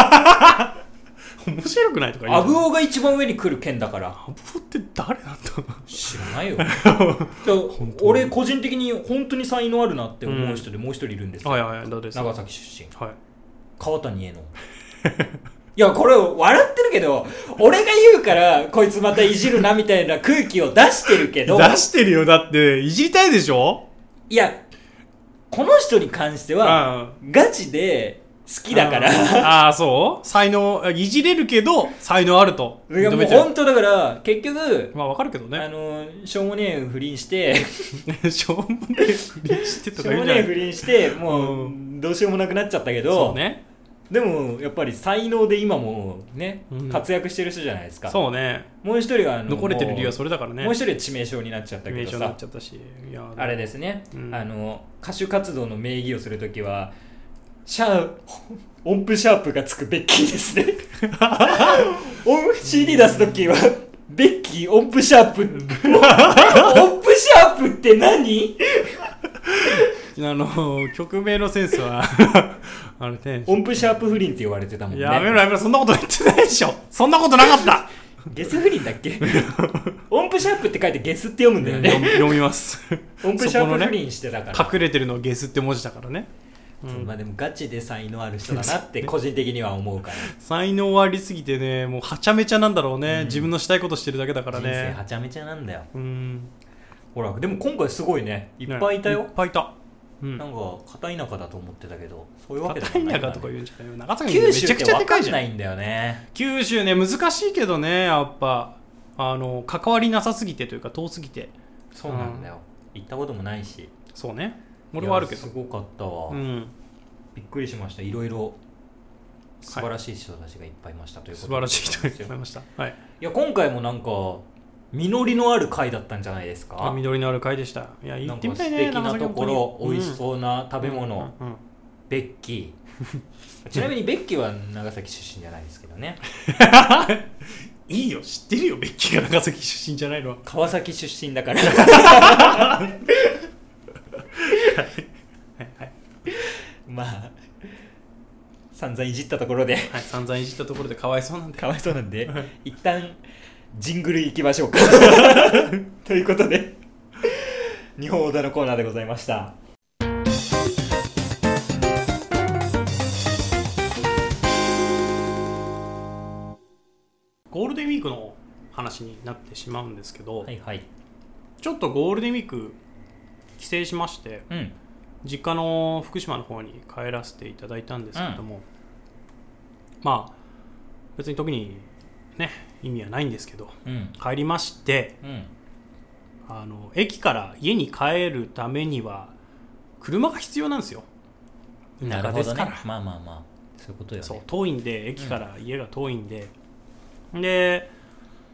Speaker 2: 面白くないとか言う
Speaker 1: アブオが一番上に来る県だから
Speaker 2: アブって誰なんだ
Speaker 1: 知らないよ だから俺個人的に本当に才能あるなって思う人でもう一人いるん ですよ、
Speaker 2: はいはい誰ですか
Speaker 1: 長崎出身
Speaker 2: はい
Speaker 1: 川谷絵の いやこれ笑ってるけど俺が言うからこいつまたいじるなみたいな空気を出してるけど
Speaker 2: 出してるよだっていじりたいでしょ
Speaker 1: いやこの人に関してはガチで好きだから
Speaker 2: ああそう才能あいじれるけど才能あると
Speaker 1: いや
Speaker 2: 認
Speaker 1: もう
Speaker 2: めちゃう
Speaker 1: 本当だから結局
Speaker 2: まあわかるけど
Speaker 1: あ
Speaker 2: ね
Speaker 1: のしょうもねえ不倫して
Speaker 2: しょうもねえ不倫して と
Speaker 1: し
Speaker 2: か
Speaker 1: ょう
Speaker 2: 言う
Speaker 1: も
Speaker 2: んじ
Speaker 1: ね
Speaker 2: ゃな
Speaker 1: え
Speaker 2: い
Speaker 1: 不倫して
Speaker 2: う
Speaker 1: もうんどうしようもなくなっちゃったけど
Speaker 2: そうね
Speaker 1: でもやっぱり才能で今もね、
Speaker 2: うん
Speaker 1: 活躍してる人じゃないですか
Speaker 2: そうね
Speaker 1: もう一人があの
Speaker 2: 残れてる理由は
Speaker 1: れ
Speaker 2: それだからね
Speaker 1: もう一人は致命傷になっちゃったけ
Speaker 2: 名
Speaker 1: ど
Speaker 2: 称にな
Speaker 1: さ
Speaker 2: っちゃったしいや
Speaker 1: あれですね、
Speaker 2: うん
Speaker 1: あの歌手活動の名義をするときはシャー 音符シャープがつくベッキー ですね音 CD 出すときはベッキー音符シ ャープ音符シャープって何
Speaker 2: あの曲名のセンスは あれね
Speaker 1: 音符シャープ不倫って言われてたもんね
Speaker 2: やめろやめろそんなこと言ってないでしょそんなことなかった
Speaker 1: ゲス不倫だっけ音符シャープって書いてゲスって読むんだよね
Speaker 2: 読みます
Speaker 1: 音符シャー
Speaker 2: そこ
Speaker 1: プ
Speaker 2: の
Speaker 1: 不
Speaker 2: ね
Speaker 1: 倫してたから、
Speaker 2: 隠れてるのはゲスって文字だからねうん
Speaker 1: まあでもガチで才能ある人だなって個人的には思うから
Speaker 2: 才能ありすぎてねもうはちゃめちゃなんだろうね、自分のしたいことしてるだけだから
Speaker 1: 人生
Speaker 2: ね
Speaker 1: はちゃめちゃなんだよ
Speaker 2: うん
Speaker 1: ほらでも今回すごいねいっぱいいた
Speaker 2: い
Speaker 1: よ
Speaker 2: っ、ぱいいた、うん、
Speaker 1: なんか片田舎だと思ってたけどそういうわけでも
Speaker 2: 片
Speaker 1: ない
Speaker 2: 田
Speaker 1: んだ
Speaker 2: 舎
Speaker 1: ね
Speaker 2: とか言うんじゃないよ長崎め
Speaker 1: 九州
Speaker 2: ちゃ
Speaker 1: っ
Speaker 2: く
Speaker 1: て
Speaker 2: ちゃで
Speaker 1: 分
Speaker 2: か
Speaker 1: か
Speaker 2: いじ
Speaker 1: ん
Speaker 2: ゃん
Speaker 1: ないんだよね
Speaker 2: 九州ね難しいけどねやっぱあの関わりなさすぎてというか遠すぎて
Speaker 1: そうなんだよ、行ったこともないし
Speaker 2: そうね俺はあるけ
Speaker 1: いや
Speaker 2: ど
Speaker 1: すごかったわ、
Speaker 2: うん
Speaker 1: びっくりしましたいろいろ素晴らしい人たちがいっぱいいましたというこ
Speaker 2: 素
Speaker 1: と
Speaker 2: 晴らしい人に
Speaker 1: ですよ
Speaker 2: なりましたはい
Speaker 1: いや今回もなんか実りのある回だったんじゃないですか
Speaker 2: 緑のある会でしたいや行ってみたいね
Speaker 1: なんか素敵なところ美味し
Speaker 2: う
Speaker 1: そうな食べ物、
Speaker 2: ん うんうん
Speaker 1: ベッキー ちなみにベッキーは長崎出身じゃないですけどね
Speaker 2: いいよ知ってるよベッキーが長崎出身じゃないのは
Speaker 1: 川崎出身だから
Speaker 2: はいはい
Speaker 1: まあ散々いじったところで
Speaker 2: はい、散々いじったところでかわいそうなんで
Speaker 1: かわいそうなんで一旦ジングル行きましょうかということで日本オーダーのコーナーでございました
Speaker 2: ゴールデンウィークの話になってしまうんですけど、
Speaker 1: はいはい
Speaker 2: ちょっとゴールデンウィーク帰省しまして
Speaker 1: うんうん
Speaker 2: 実家の福島の方に帰らせていただいたんですけども、まあ別に特にね意味はないんですけど
Speaker 1: うん
Speaker 2: 帰りましてあの駅から家に帰るためには車が必要なんですよ
Speaker 1: な
Speaker 2: 田
Speaker 1: る
Speaker 2: 舎
Speaker 1: ほ
Speaker 2: です
Speaker 1: ど
Speaker 2: から、
Speaker 1: ねまあまあまあそういうことよね
Speaker 2: そう遠いんで駅から家が遠いんで、で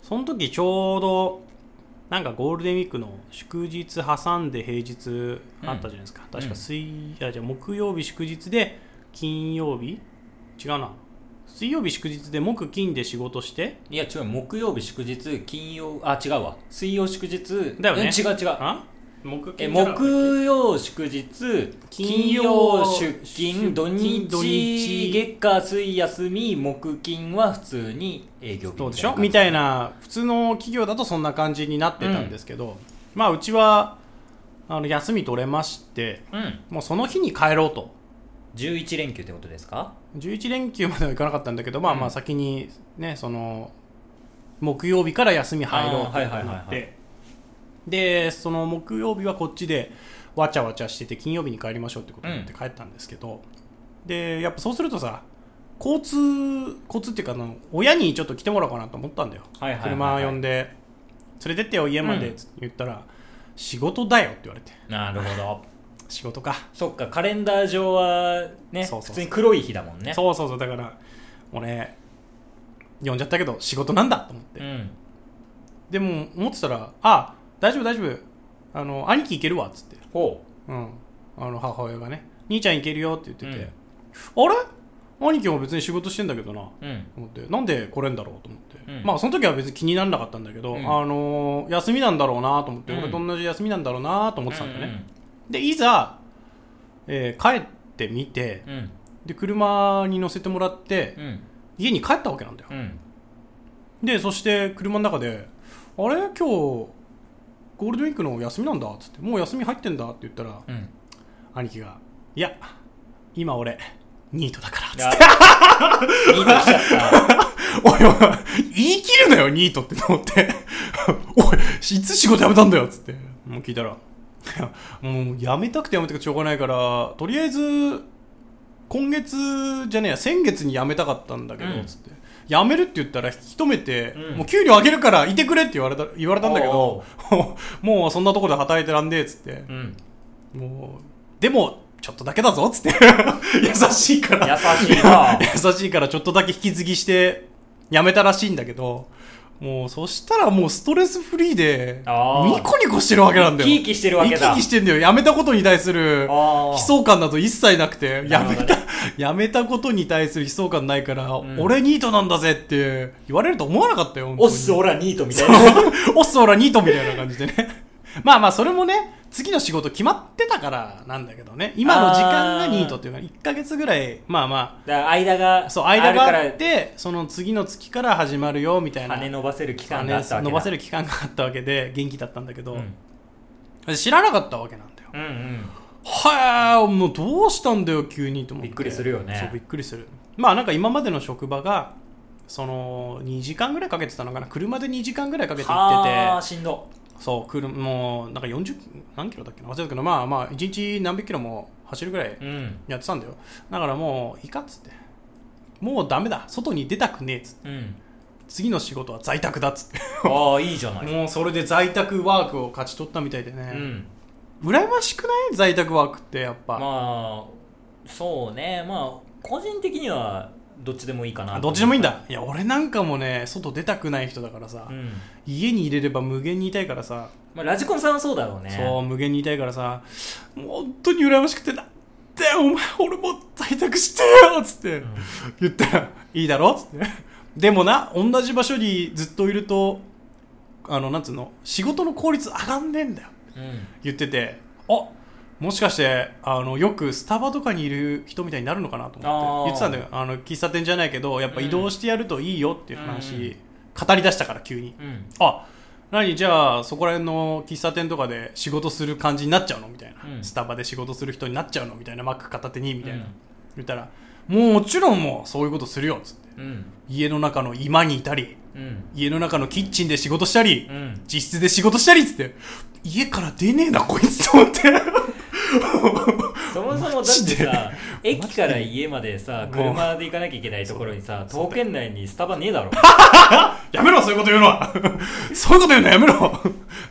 Speaker 2: その時ちょうどなんかゴールデンウィークの祝日挟んで平日あったじゃないですか、
Speaker 1: ん
Speaker 2: 確か水、あじゃあ木曜日祝日で金曜日違うな水曜日祝日で木金で仕事して
Speaker 1: いや違う木曜日祝日金曜あ違うわ水曜祝日
Speaker 2: だよね
Speaker 1: え違う違う
Speaker 2: あ木
Speaker 1: え
Speaker 2: 金じゃなかったっけ
Speaker 1: 木曜祝日金
Speaker 2: 金
Speaker 1: 曜
Speaker 2: 曜
Speaker 1: 出勤土日
Speaker 2: 土日
Speaker 1: 月火水休み木金は普通に営業日
Speaker 2: どうでしょうみたい
Speaker 1: な
Speaker 2: な普通の企業だとそんな感じになってたんですけど、まあうちはあの休み取れまして
Speaker 1: 感じうん
Speaker 2: もうその日に帰ろうと
Speaker 1: 11連休ってことですか
Speaker 2: 11連休まではいかなかったんだけど、まあ
Speaker 1: うん
Speaker 2: まあ先にね、その、木曜日から休み入ろう
Speaker 1: あー
Speaker 2: って
Speaker 1: はいはいはいはい
Speaker 2: なって、で、その木曜日はこっちでわちゃわちゃしてて、金曜日に帰りましょうってことになって帰ったんですけど、で、やっぱそうするとさ、交通、交通っていうかあの、親にちょっと来てもらおうかなと思ったんだよ。
Speaker 1: はいはいはいはい
Speaker 2: 車呼んで、連れてってよ、家まで、
Speaker 1: うん
Speaker 2: つって言ったら、仕事だよって言われて、
Speaker 1: なるほ ど
Speaker 2: 仕事か。
Speaker 1: そっかカレンダー上はね
Speaker 2: そうそうそう
Speaker 1: 普通に黒い日だもんねう、
Speaker 2: そうそうそうだから俺呼んじゃったけど仕事なんだと思って、
Speaker 1: ん、
Speaker 2: でも思ってたら「あ大丈夫大丈夫あの兄貴行けるわ」っつって、
Speaker 1: ほ
Speaker 2: うん、あの母親がね「兄ちゃん行けるよ」って言ってて「あれ兄貴も別に仕事してんだけどな」
Speaker 1: ううん
Speaker 2: と思ってなんで来れんだろうと思って、
Speaker 1: うん
Speaker 2: まあその時は別に気にならなかったんだけど、
Speaker 1: うん
Speaker 2: あのー休みなんだろうなと思って、
Speaker 1: うん
Speaker 2: 俺と同じ休みなんだろうなと思ってたんだよね、
Speaker 1: ね
Speaker 2: でいざ、えー帰ってみて
Speaker 1: うんうん
Speaker 2: で車に乗せてもらって、
Speaker 1: うん
Speaker 2: 家に帰ったわけなんだよ
Speaker 1: う、ん
Speaker 2: でそして車の中で「あれ今日ゴールデンウィークの休みなんだ」っつって「もう休み入ってんだ」って言ったら
Speaker 1: うん
Speaker 2: 兄貴が「いや今俺ニートだから」っつ
Speaker 1: あ
Speaker 2: って
Speaker 1: いいの来ちゃった
Speaker 2: 「おいおい言い切るなよニート」ってと思って 「おいいつ仕事辞めたんだよ」っつってもう聞いたら いや「もう辞めたくて辞めたくてしょうがないからとりあえず今月じゃねえや先月に辞めたかったんだけど」
Speaker 1: うん
Speaker 2: つって。辞めるって言ったら引き止めて、
Speaker 1: うん
Speaker 2: もう給料上げるからいてくれって言われた言われたんだけ
Speaker 1: お
Speaker 2: ど、 もうそんなとこで働いてらんねえっつって
Speaker 1: う、ん
Speaker 2: もう、でも、ちょっとだけだぞっつって、 優しいから、
Speaker 1: 優しい な
Speaker 2: 優しいからちょっとだけ引き継ぎして、辞めたらしいんだけど、もう、そしたらもうストレスフリーで、
Speaker 1: あー
Speaker 2: ニコニコしてるわけなんだよ。
Speaker 1: 生き生きしてるわけだ
Speaker 2: 生き生きしてんだよ。辞めたことに対する、
Speaker 1: あ
Speaker 2: 悲
Speaker 1: ー
Speaker 2: 壮感など一切なくて、
Speaker 1: な
Speaker 2: や
Speaker 1: るほ
Speaker 2: め
Speaker 1: どね
Speaker 2: た、やめたことに対する悲壮感ないから、
Speaker 1: ん
Speaker 2: 俺ニートなんだぜって言われると思わなかったよ。本当
Speaker 1: お
Speaker 2: に
Speaker 1: っす、オラニートみたいな。
Speaker 2: おっそらニートみたいな感じでね。 まあまあ、それもね、次の仕事決まってたからなんだけどね。今の時間がニートっていうか、1ヶ月ぐらい、まあま
Speaker 1: だから間が、
Speaker 2: あ、そう、間があ
Speaker 1: る
Speaker 2: っ
Speaker 1: から、
Speaker 2: て、その次の月から始まるよ、みたいな。
Speaker 1: 羽伸ばせる期間があったわけだ。
Speaker 2: 羽伸ばせ
Speaker 1: る。
Speaker 2: る期間があったわけで、元気だったんだけど
Speaker 1: う、ん。
Speaker 2: 知らなかったわけなんだよ。
Speaker 1: うんうん。
Speaker 2: はあもうどうしたんだよ急にと思って
Speaker 1: びっくりするよね
Speaker 2: そうびっくりするまあなんか今までの職場がその2時間ぐらいかけてたのかな車で2時間ぐらいかけて行ってて
Speaker 1: はあしんど
Speaker 2: そう車もうなんか40何キロだっけな忘れたけどまあまあ1日何百キロも走るぐらい
Speaker 1: うん
Speaker 2: やってたんだよだからもういいかっつってもうダメだ外に出たくねえっつって
Speaker 1: うん
Speaker 2: 次の仕事は在宅だっつって
Speaker 1: ああいいじゃない
Speaker 2: もうそれで在宅ワークを勝ち取ったみたいで
Speaker 1: う
Speaker 2: ね、
Speaker 1: ん
Speaker 2: 羨ましくない在宅ワークってやっぱ、
Speaker 1: まあそうねまあ個人的にはどっちでもいいかな
Speaker 2: あどっちでもいいん
Speaker 1: だ
Speaker 2: だいや俺なんかもね外出たくない人だからさ、
Speaker 1: うん
Speaker 2: 家に入れれば無限にいたいからさ、
Speaker 1: まあラジコンさんはそうだろうね
Speaker 2: そう無限にいたいからさもう本当に羨ましくてだってお前俺も在宅してよっつって、言ったらいいだろっつってでもな同じ場所にずっといるとあのなんつうの仕事の効率上がんねえんだよ
Speaker 1: うん
Speaker 2: 言っててあもしかしてあのよくスタバとかにいる人みたいになるのかなと思って言って
Speaker 1: あ
Speaker 2: た
Speaker 1: ー
Speaker 2: んだよあの喫茶店じゃないけどやっぱ移動してやるといいよっていう話、
Speaker 1: うんう
Speaker 2: 語り出したから急に、
Speaker 1: うん
Speaker 2: あ何じゃあそこら辺の喫茶店とかで仕事する感じになっちゃうのみたいな、
Speaker 1: うん
Speaker 2: スタバで仕事する人になっちゃうのみたいなマック片手にみたいな、
Speaker 1: うん
Speaker 2: 言ったらもうもちろんもうそういうことするよっつって
Speaker 1: うん
Speaker 2: 家の中の居間にいたり
Speaker 1: うん
Speaker 2: 家の中のキッチンで仕事したり、
Speaker 1: うん
Speaker 2: 実質で仕事したりっつって家から出ねえなこいつと思って
Speaker 1: そもそもだってさ駅から家までさ車で行かなきゃいけないところにさ東圏内にスタバねえだろ
Speaker 2: やめろそういうこと言うのは そういうこと言うのやめろ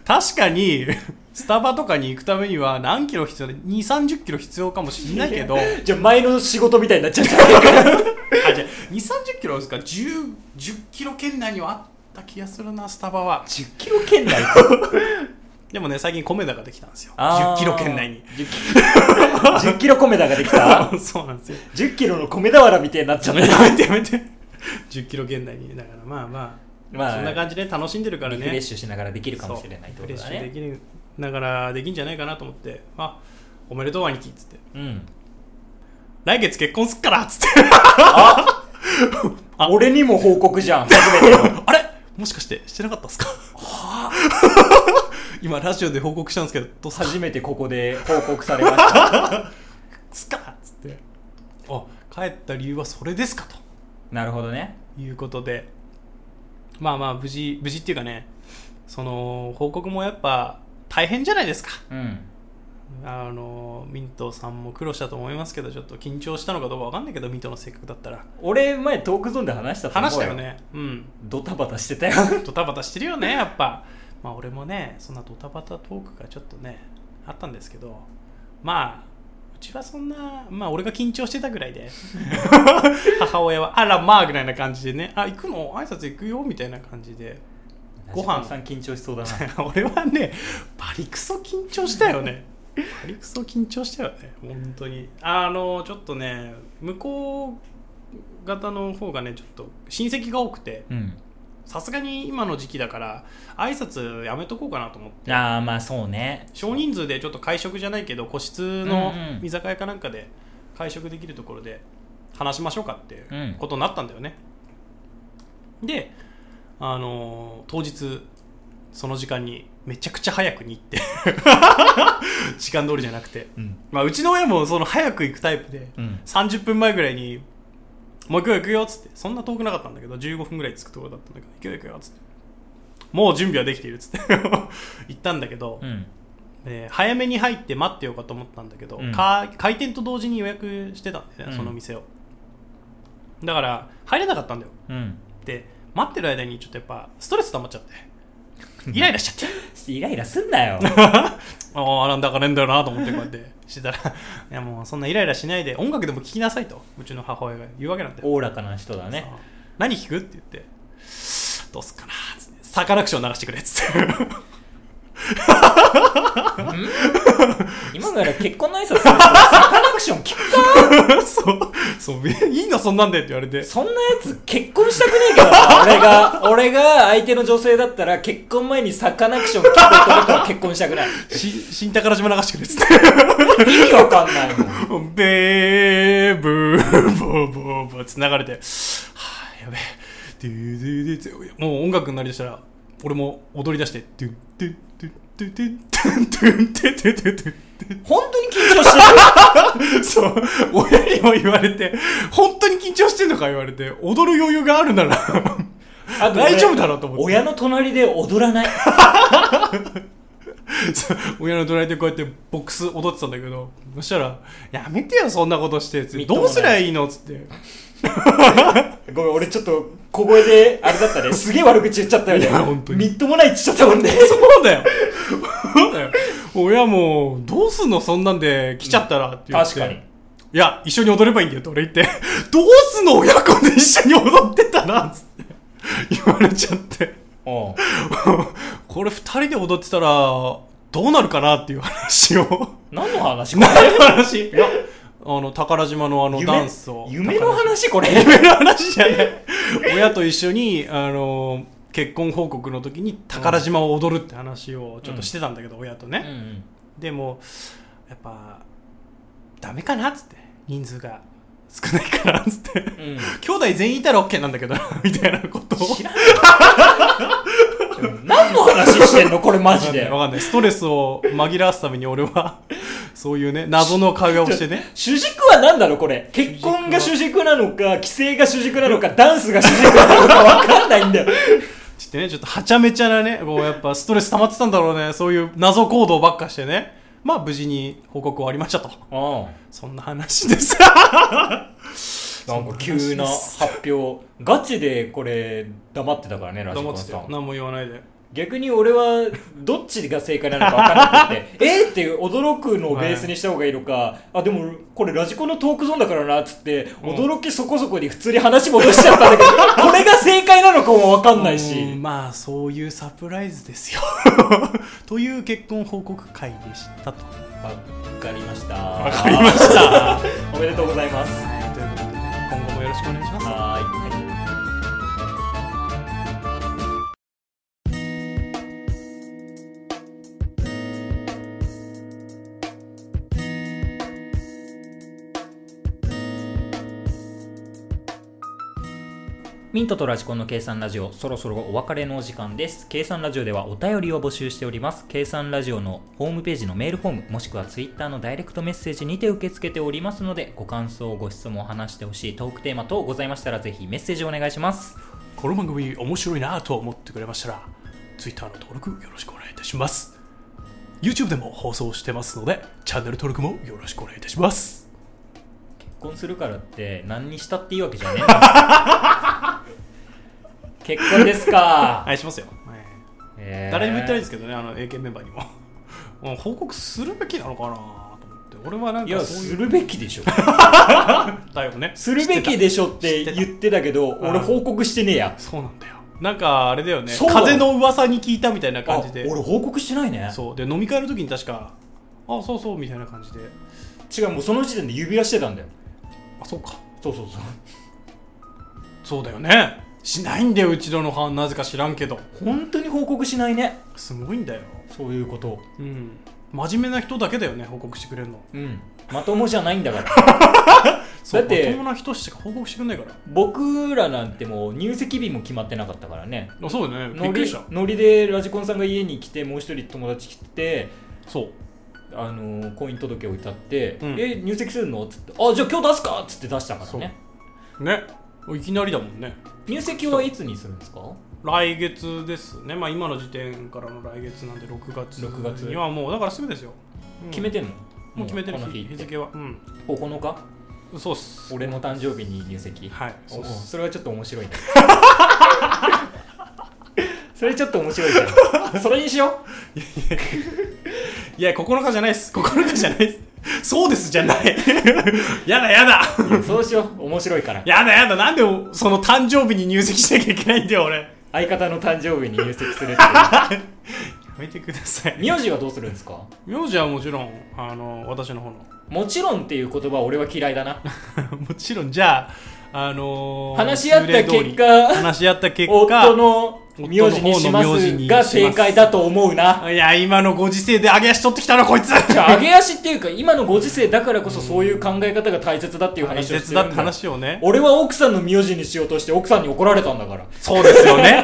Speaker 2: 確かにスタバとかに行くためには何キロ必要だ2 3 0キロ必要かもしれないけどあ
Speaker 1: じゃあ前の仕事みたいになっちゃう じゃないか
Speaker 2: じゃ2 3 0キロですか1 0キロ圏内にはあった気がするなスタバは
Speaker 1: 10キロ圏内
Speaker 2: でもね最近米田ができたんですよ
Speaker 1: あー
Speaker 2: 10キロ圏内に
Speaker 1: 10, キ10キロ米田ができた
Speaker 2: そうなんですよ
Speaker 1: 10キロの米俵みたいになっちゃっ
Speaker 2: やめ
Speaker 1: た
Speaker 2: てやめてやめて10キロ圏内にだからまあまあ、
Speaker 1: まあ
Speaker 2: そんな感じで楽しんでるから
Speaker 1: リ
Speaker 2: ね
Speaker 1: フレッシュしながらできるかもしれないってことだ
Speaker 2: そうリフレ
Speaker 1: ね
Speaker 2: ッシュできるだからできんじゃないかなと思ってあおめでとう兄貴っつって
Speaker 1: うん
Speaker 2: 来月結婚すっからっつって あ
Speaker 1: 俺にも報告じゃん初めて の
Speaker 2: あれもしかしてしてなかったっすか 今ラジオで報告したんですけどどうすか
Speaker 1: 初めてここで報告されました
Speaker 2: すっからっつってあ帰った理由はそれですかと
Speaker 1: なるほどね
Speaker 2: いうことでまあまあ無事無事っていうかねその報告もやっぱ大変じゃないですか
Speaker 1: うん
Speaker 2: あのミントさんも苦労したと思いますけどちょっと緊張したのかどうかわかんないけどミントの性格だったら
Speaker 1: 俺前トークゾーンで話したと思う
Speaker 2: 話したよねうん
Speaker 1: ドタバタして たよ
Speaker 2: ドタバタしてるよね やっぱまあ俺もねそんなドタバタトークがちょっとねあったんですけどまあうちはそんなまあ俺が緊張してたぐらいで母親はあらまあぐらいな感じでねあ行くの挨拶行くよみたいな感じで ご飯
Speaker 1: さん緊張しそうだな
Speaker 2: 俺はねバリクソ緊張したよねバリクソ緊張したよね本当にあのちょっとね向こう方の方がねちょっと親戚が多くて
Speaker 1: うん
Speaker 2: さすがに今の時期だから挨拶やめとこうかなと思って
Speaker 1: ああまあそうね
Speaker 2: 少人数でちょっと会食じゃないけど個室の
Speaker 1: うんうん
Speaker 2: 居酒屋かなんかで会食できるところで話しましょうかっていう
Speaker 1: うん
Speaker 2: ことになったんだよね、であのー当日その時間にめちゃくちゃ早くに行って 時間通りじゃなくて、
Speaker 1: うん
Speaker 2: まあ、うちの親もその早く行くタイプで、
Speaker 1: うん
Speaker 2: 30分前ぐらいに「もう行くよ行くよ」っつってそんな遠くなかったんだけど15分ぐらい着くところだったんだけど「行くよ行くよ」っつってもう準備はできているっつって 行ったんだけど、
Speaker 1: うん
Speaker 2: えー早めに入って待ってようかと思ったんだけど、
Speaker 1: うん
Speaker 2: か開店と同時に予約してたんだよね、
Speaker 1: うん
Speaker 2: その店をだから入れなかったんだよ
Speaker 1: うん
Speaker 2: で待ってる間にちょっとやっぱストレス溜まっちゃってイライラしちゃって
Speaker 1: イライラすん なよ
Speaker 2: ああなんだかねえんだよなと思ってこうやってしてたらいやもうそんなイライラしないで音楽でも聴きなさいとうちの母親が言うわけなんだよ
Speaker 1: おおらかな人だね
Speaker 2: そう何聞くって言ってどうすっかなーっつってサカナクション流してくれっつって
Speaker 1: 今から結婚の挨拶する人サカナクション聞くか
Speaker 2: そうそうえいいのそんなんでって言われて
Speaker 1: そんなやつ結婚したくねえからな俺が俺が相手の女性だったら結婚前にサカナクション聞く男とは結婚したくない
Speaker 2: し新宝島流してくれっつって
Speaker 1: 意味わかんないもん
Speaker 2: ベーブーボーボーボーって流れてはあやべえドゥドゥドゥってもう音楽になりだしたら俺も踊り出してドゥドゥドゥトゥトゥントゥントゥントゥントゥントゥントゥン
Speaker 1: 本当に緊張して
Speaker 2: そう、親にも言われて、本当に緊張してんのか言われて、踊る余裕があるな
Speaker 1: る
Speaker 2: ら
Speaker 1: あと俺
Speaker 2: 大丈夫だろうと思って。
Speaker 1: 親の隣で踊らない
Speaker 2: そう 親の隣でこうやってボックス踊ってたんだけど、そしたら、やめてよ、そんなことして、つっ
Speaker 1: み
Speaker 2: て
Speaker 1: っともな
Speaker 2: どう
Speaker 1: い
Speaker 2: すりゃいいのつって。
Speaker 1: ごめん俺ちょっと小声であれだったねすげえ悪口言っちゃったよね
Speaker 2: いや本当に
Speaker 1: みっともないって言っちゃったもんね
Speaker 2: そうだよ。そうだよ。親も、どうすんのそんなんで来ちゃったらって言って。
Speaker 1: 確かに。
Speaker 2: いや、一緒に踊ればいいんだよって俺言って、どうすんの親子で一緒に踊ってたらつって言われちゃって。
Speaker 1: うん
Speaker 2: これ二人で踊ってたら、どうなるかなっていう話を。
Speaker 1: 何の話これ
Speaker 2: 何の話いや、あの、宝島の あのダンスを。
Speaker 1: 夢夢の
Speaker 2: 宝島
Speaker 1: 話これ
Speaker 2: 夢の話じゃない。親と一緒に、あの、結婚報告の時に宝島を踊るって話をちょっとしてたんだけど、親と
Speaker 1: う
Speaker 2: ね。
Speaker 1: ん
Speaker 2: でも、やっぱ、ダメかなっつって。人数が少ないからっつって。
Speaker 1: うん
Speaker 2: 兄弟全員いたら OK なんだけどな、 みたいなことを。
Speaker 1: 知らん何の話してんのこれマジで
Speaker 2: わかんない。ストレスを紛らわすために俺は、そういうね、謎の会話をしてね。
Speaker 1: 主軸は何だろうこれ結婚が主軸なのか規制が主軸なのかダンスが主軸なのか分かんないんだよ
Speaker 2: ちょってね、ちょっとはちゃめちゃなね、こうやっぱストレス溜まってたんだろうね。そういう謎行動ばっかしてね。まあ無事に報告終わりましたと。
Speaker 1: う
Speaker 2: そんな 話で
Speaker 1: ん
Speaker 2: す。
Speaker 1: なんか急な発表ガチでこれ黙ってたからねラジコンさん
Speaker 2: 何も言わないで。
Speaker 1: 逆に俺はどっちが正解なのか分からなくて えーっていう驚くのをベースにした方がいいのか、あでもこれラジコンのトークゾーンだからなっつって、驚きそこそこに普通に話戻しちゃったんだけど これが正解なのかも分かんないし、
Speaker 2: うーんまあそういうサプライズですよ。 という結婚報告会でしたと。
Speaker 1: わかりましたわかりましたおめでとうございます
Speaker 2: はい、ということで、今後もよろしくお願いします。
Speaker 1: はーいミントとラジコンの計算ラジオ、そろそろお別れのお時間です。計算ラジオではお便りを募集しております。計算ラジオのホームページのメールフォーム、もしくはツイッターのダイレクトメッセージにて受け付けておりますので、ご感想、ご質問を話してほしいトークテーマ等ございましたら、ぜひメッセージお願いします。
Speaker 2: この番組面白いなと思ってくれましたら Twitter の登録よろしくお願いいたします YouTube でも放送してますのでチャンネル登録もよろしくお願いいたします
Speaker 1: 結婚するからって何にしたっていいわけじゃねえ 結婚です か、
Speaker 2: 愛しますよ、
Speaker 1: えー
Speaker 2: 誰にも言ってないですけどねあの AK メンバーにも うん報告するべきなのかなと思って俺はなん
Speaker 1: い
Speaker 2: か
Speaker 1: や
Speaker 2: そうい
Speaker 1: す
Speaker 2: う
Speaker 1: るべきでしょ
Speaker 2: だよね
Speaker 1: するべきでしょって
Speaker 2: 知ってた
Speaker 1: 言ってたけど
Speaker 2: た
Speaker 1: 俺報告してねえや
Speaker 2: そうなんだよなんかあれだよね
Speaker 1: そうなの
Speaker 2: 風の噂に聞いたみたいな
Speaker 1: あ
Speaker 2: 感じで
Speaker 1: 俺報告してないね
Speaker 2: そうで飲み会の時に確かあそうそうみたいな感じで
Speaker 1: 違うもうその時点で指輪してたんだよ
Speaker 2: あそうか
Speaker 1: そうそうそう
Speaker 2: そうだよねしないんだようちらの班なぜか知らんけど
Speaker 1: 本当に報告しないね
Speaker 2: すごいんだよ
Speaker 1: そういうこと
Speaker 2: うん真面目な人だけだよね報告してくれるの
Speaker 1: うんまともじゃないんだから
Speaker 2: そう
Speaker 1: だって
Speaker 2: まともな人しか報告してくんないから
Speaker 1: 僕らなんてもう入籍日も決まってなかったからね
Speaker 2: あそうだよねびっ
Speaker 1: ノ
Speaker 2: くり
Speaker 1: リ
Speaker 2: した
Speaker 1: ノリでラジコンさんが家に来てもう一人友達来て
Speaker 2: そう
Speaker 1: あのー婚姻届を歌って「
Speaker 2: うん
Speaker 1: え入籍するの?」っつって「あじゃあ今日出すか!」っつって出したからね
Speaker 2: ねいきなりだもんね
Speaker 1: 入籍はいつにするんですか
Speaker 2: 来月ですねまあ今の時点からの来月なんで6月
Speaker 1: 6月
Speaker 2: にはもうだからすぐですよ、うん
Speaker 1: 決めてんの
Speaker 2: もう決めてる
Speaker 1: この
Speaker 2: 日
Speaker 1: 日
Speaker 2: 日
Speaker 1: って
Speaker 2: 付はうん
Speaker 1: 9日
Speaker 2: そうっす
Speaker 1: 俺の誕生日に入籍
Speaker 2: はい
Speaker 1: お
Speaker 2: そう
Speaker 1: お
Speaker 2: っす
Speaker 1: それはちょっと面白いね それちょっと面白いじゃんそれにしよ
Speaker 2: いや9日じゃないっす9日じゃないっす そうですじゃないやだやだ
Speaker 1: うそうしよう面白いから
Speaker 2: やだやだなんでその誕生日に入籍しなきゃいけないんだよ俺や
Speaker 1: 相方の誕生日に入籍するって
Speaker 2: めてください
Speaker 1: いう名字はどうするんですか
Speaker 2: 名字はもちろんあの私の方の
Speaker 1: もちろんっていう言葉は俺は嫌いだな
Speaker 2: もちろんじゃああのー
Speaker 1: 話し合った
Speaker 2: 通例通
Speaker 1: 結
Speaker 2: り
Speaker 1: 果
Speaker 2: 話し合った結
Speaker 1: 夫
Speaker 2: 果
Speaker 1: の名字にしま
Speaker 2: 夫の方の名字
Speaker 1: す
Speaker 2: に
Speaker 1: が正解だと思うない
Speaker 2: や今のご時世で揚げ足取ってきたなこいつ
Speaker 1: じゃあ揚げ足っていうか今のご時世だからこそそういう考え方が大切だっていう
Speaker 2: 大
Speaker 1: 話をして
Speaker 2: 切
Speaker 1: るんだ
Speaker 2: だって話をね
Speaker 1: 俺は奥さんの名字にしようとして奥さんに怒られたんだから、
Speaker 2: そうです よね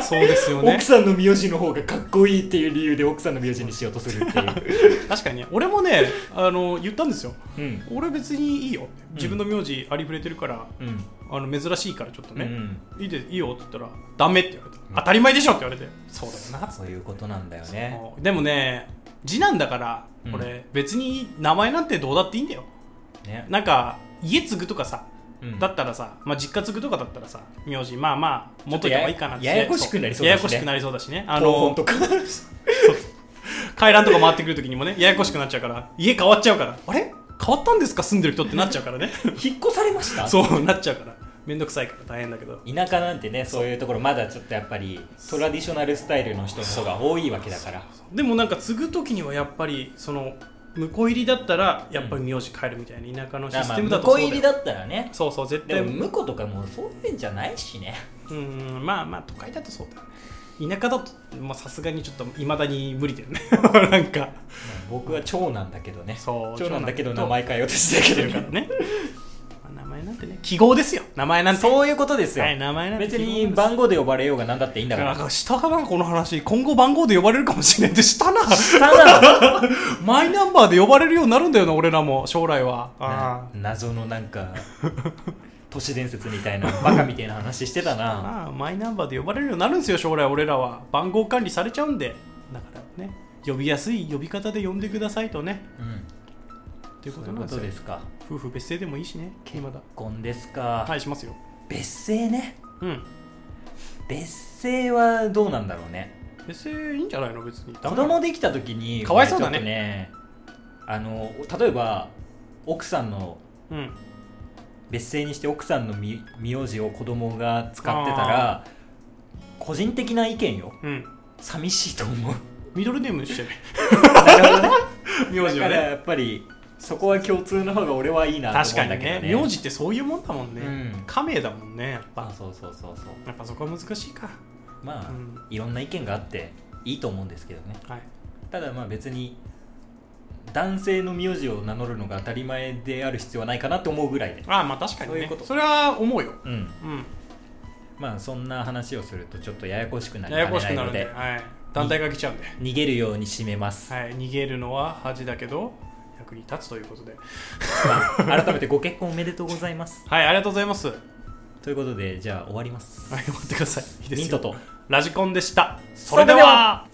Speaker 2: そうですよね
Speaker 1: 奥さんの名字の方がかっこいいっていう理由で奥さんの名字にしようとするっていう、
Speaker 2: 確かにね俺もねあの言ったんですよ
Speaker 1: うん
Speaker 2: 俺別にいいよ自分の名字ありふれてるから、
Speaker 1: うん
Speaker 2: あの珍しいからちょっとね、
Speaker 1: うん
Speaker 2: いいでいいよって言ったらダメって言われた、当たり前でしょって言われてそうだよな
Speaker 1: そういうことなんだよね
Speaker 2: もうでもね次男だから
Speaker 1: うん
Speaker 2: 俺、別に名前なんてどうだっていいんだよ
Speaker 1: ね
Speaker 2: なんか家継ぐとかさ、
Speaker 1: うん
Speaker 2: だったらさ、まあ、実家継ぐとかだったらさ名字まあまあ持っといた方がいいかなって
Speaker 1: ちょっとややこしくなりそうだしね
Speaker 2: ややこしくなりそうだしねあ
Speaker 1: あの
Speaker 2: の
Speaker 1: とか
Speaker 2: 回覧とか回ってくるときにもねややこしくなっちゃうから家変わっちゃうからあれ変わったんですか住んでる人ってなっちゃうからね
Speaker 1: 引っ越されました
Speaker 2: そうなっちゃうからめんどくさいから大変だけど
Speaker 1: 田舎なんてねそういうところまだちょっとやっぱりトラディショナルスタイルの人の方が多いわけだから
Speaker 2: でもなんか継ぐ時にはやっぱりその向こう入りだったらやっぱり名字変えるみたいな田舎のシ
Speaker 1: だか
Speaker 2: ス
Speaker 1: ら
Speaker 2: テム
Speaker 1: まあ
Speaker 2: だ
Speaker 1: 向こ
Speaker 2: とそう
Speaker 1: う
Speaker 2: だよ
Speaker 1: 入りだったらね
Speaker 2: そうそう絶
Speaker 1: で
Speaker 2: 対
Speaker 1: も向こうとかもうそういうんじゃないしね
Speaker 2: うんまあまあ都会だとそうだよね田舎だとまあさすがにちょっといまだに無理だよね なんか
Speaker 1: 僕は長男だけどね
Speaker 2: そう
Speaker 1: 長男だけど
Speaker 2: 長男だけど
Speaker 1: 名前変えようとして
Speaker 2: 出
Speaker 1: る
Speaker 2: る
Speaker 1: け
Speaker 2: から
Speaker 1: ど
Speaker 2: ね、まあ名前なんてね記号ですよ名前なんて
Speaker 1: そういうことですよ、
Speaker 2: はい名前なんて
Speaker 1: 別
Speaker 2: 記号で
Speaker 1: に
Speaker 2: す
Speaker 1: 番号で呼ばれようが何だっていいんだか
Speaker 2: なん
Speaker 1: ら
Speaker 2: か下かなこの話今後番号で呼ばれるかもしれないって下な
Speaker 1: ただ
Speaker 2: マイナンバーで呼ばれるようになるんだよな俺らも将来はあ
Speaker 1: の謎のなんか 都市伝説みたいなバカみたいな話してた
Speaker 2: あ
Speaker 1: な
Speaker 2: まあマイナンバーで呼ばれるようになるんですよ将来俺らは番号管理されちゃうんでだからね呼びやすい呼び方で呼んでくださいとね
Speaker 1: うん
Speaker 2: というこ
Speaker 1: そうい
Speaker 2: となん
Speaker 1: うこ
Speaker 2: で
Speaker 1: と
Speaker 2: すよ
Speaker 1: ですか
Speaker 2: 夫婦別姓でもいいしね
Speaker 1: 結
Speaker 2: 今だ
Speaker 1: 婚ですか、
Speaker 2: はいしますよ
Speaker 1: 別姓ね
Speaker 2: うん
Speaker 1: 別姓はどうなんだろうね
Speaker 2: 別姓いいんじゃないの別に
Speaker 1: 子供できた時に
Speaker 2: かわいそうだね
Speaker 1: 俺ちょっとねあの例えば奥さんの
Speaker 2: うん
Speaker 1: 別姓にして奥さんのみ名字を子供が使ってたら個人的な意見よ
Speaker 2: うん
Speaker 1: 寂しいと思う
Speaker 2: ミドルネームにし てね
Speaker 1: なるほどね
Speaker 2: 名字
Speaker 1: だ
Speaker 2: は
Speaker 1: から
Speaker 2: ね
Speaker 1: やっぱりそこは共通の方が俺はいいなと
Speaker 2: 確
Speaker 1: 思
Speaker 2: か
Speaker 1: うんだ
Speaker 2: に
Speaker 1: けどね
Speaker 2: ね名字ってそういうもんだもんね、
Speaker 1: うん
Speaker 2: 家名だもんねやっ
Speaker 1: あ
Speaker 2: ぱ
Speaker 1: そうそうそうそう
Speaker 2: やっぱそこは難しいか
Speaker 1: まあ、
Speaker 2: うん
Speaker 1: いろんな意見があっていいと思うんですけどね
Speaker 2: はい
Speaker 1: ただまあ別に男性の名字を名乗るのが当たり前である必要はないかなと思うぐらいで
Speaker 2: ああまあ確かにね
Speaker 1: そういうこと
Speaker 2: れは思うよ
Speaker 1: うん
Speaker 2: うん
Speaker 1: まあそんな話をするとちょっとややこしくなり
Speaker 2: ややこしくなるん
Speaker 1: かね
Speaker 2: で、
Speaker 1: ないの
Speaker 2: はい、団体が来ちゃうんで、
Speaker 1: で逃げるように締めます、
Speaker 2: はい、逃げるのは恥だけど役に立つということで
Speaker 1: まあ 改めてご結婚おめでとうございます
Speaker 2: はいありがとうございますはい
Speaker 1: ということでじゃあ終わります
Speaker 2: 待ってくださいいいですよ
Speaker 1: ミントと
Speaker 2: ラジコンでした
Speaker 1: それでは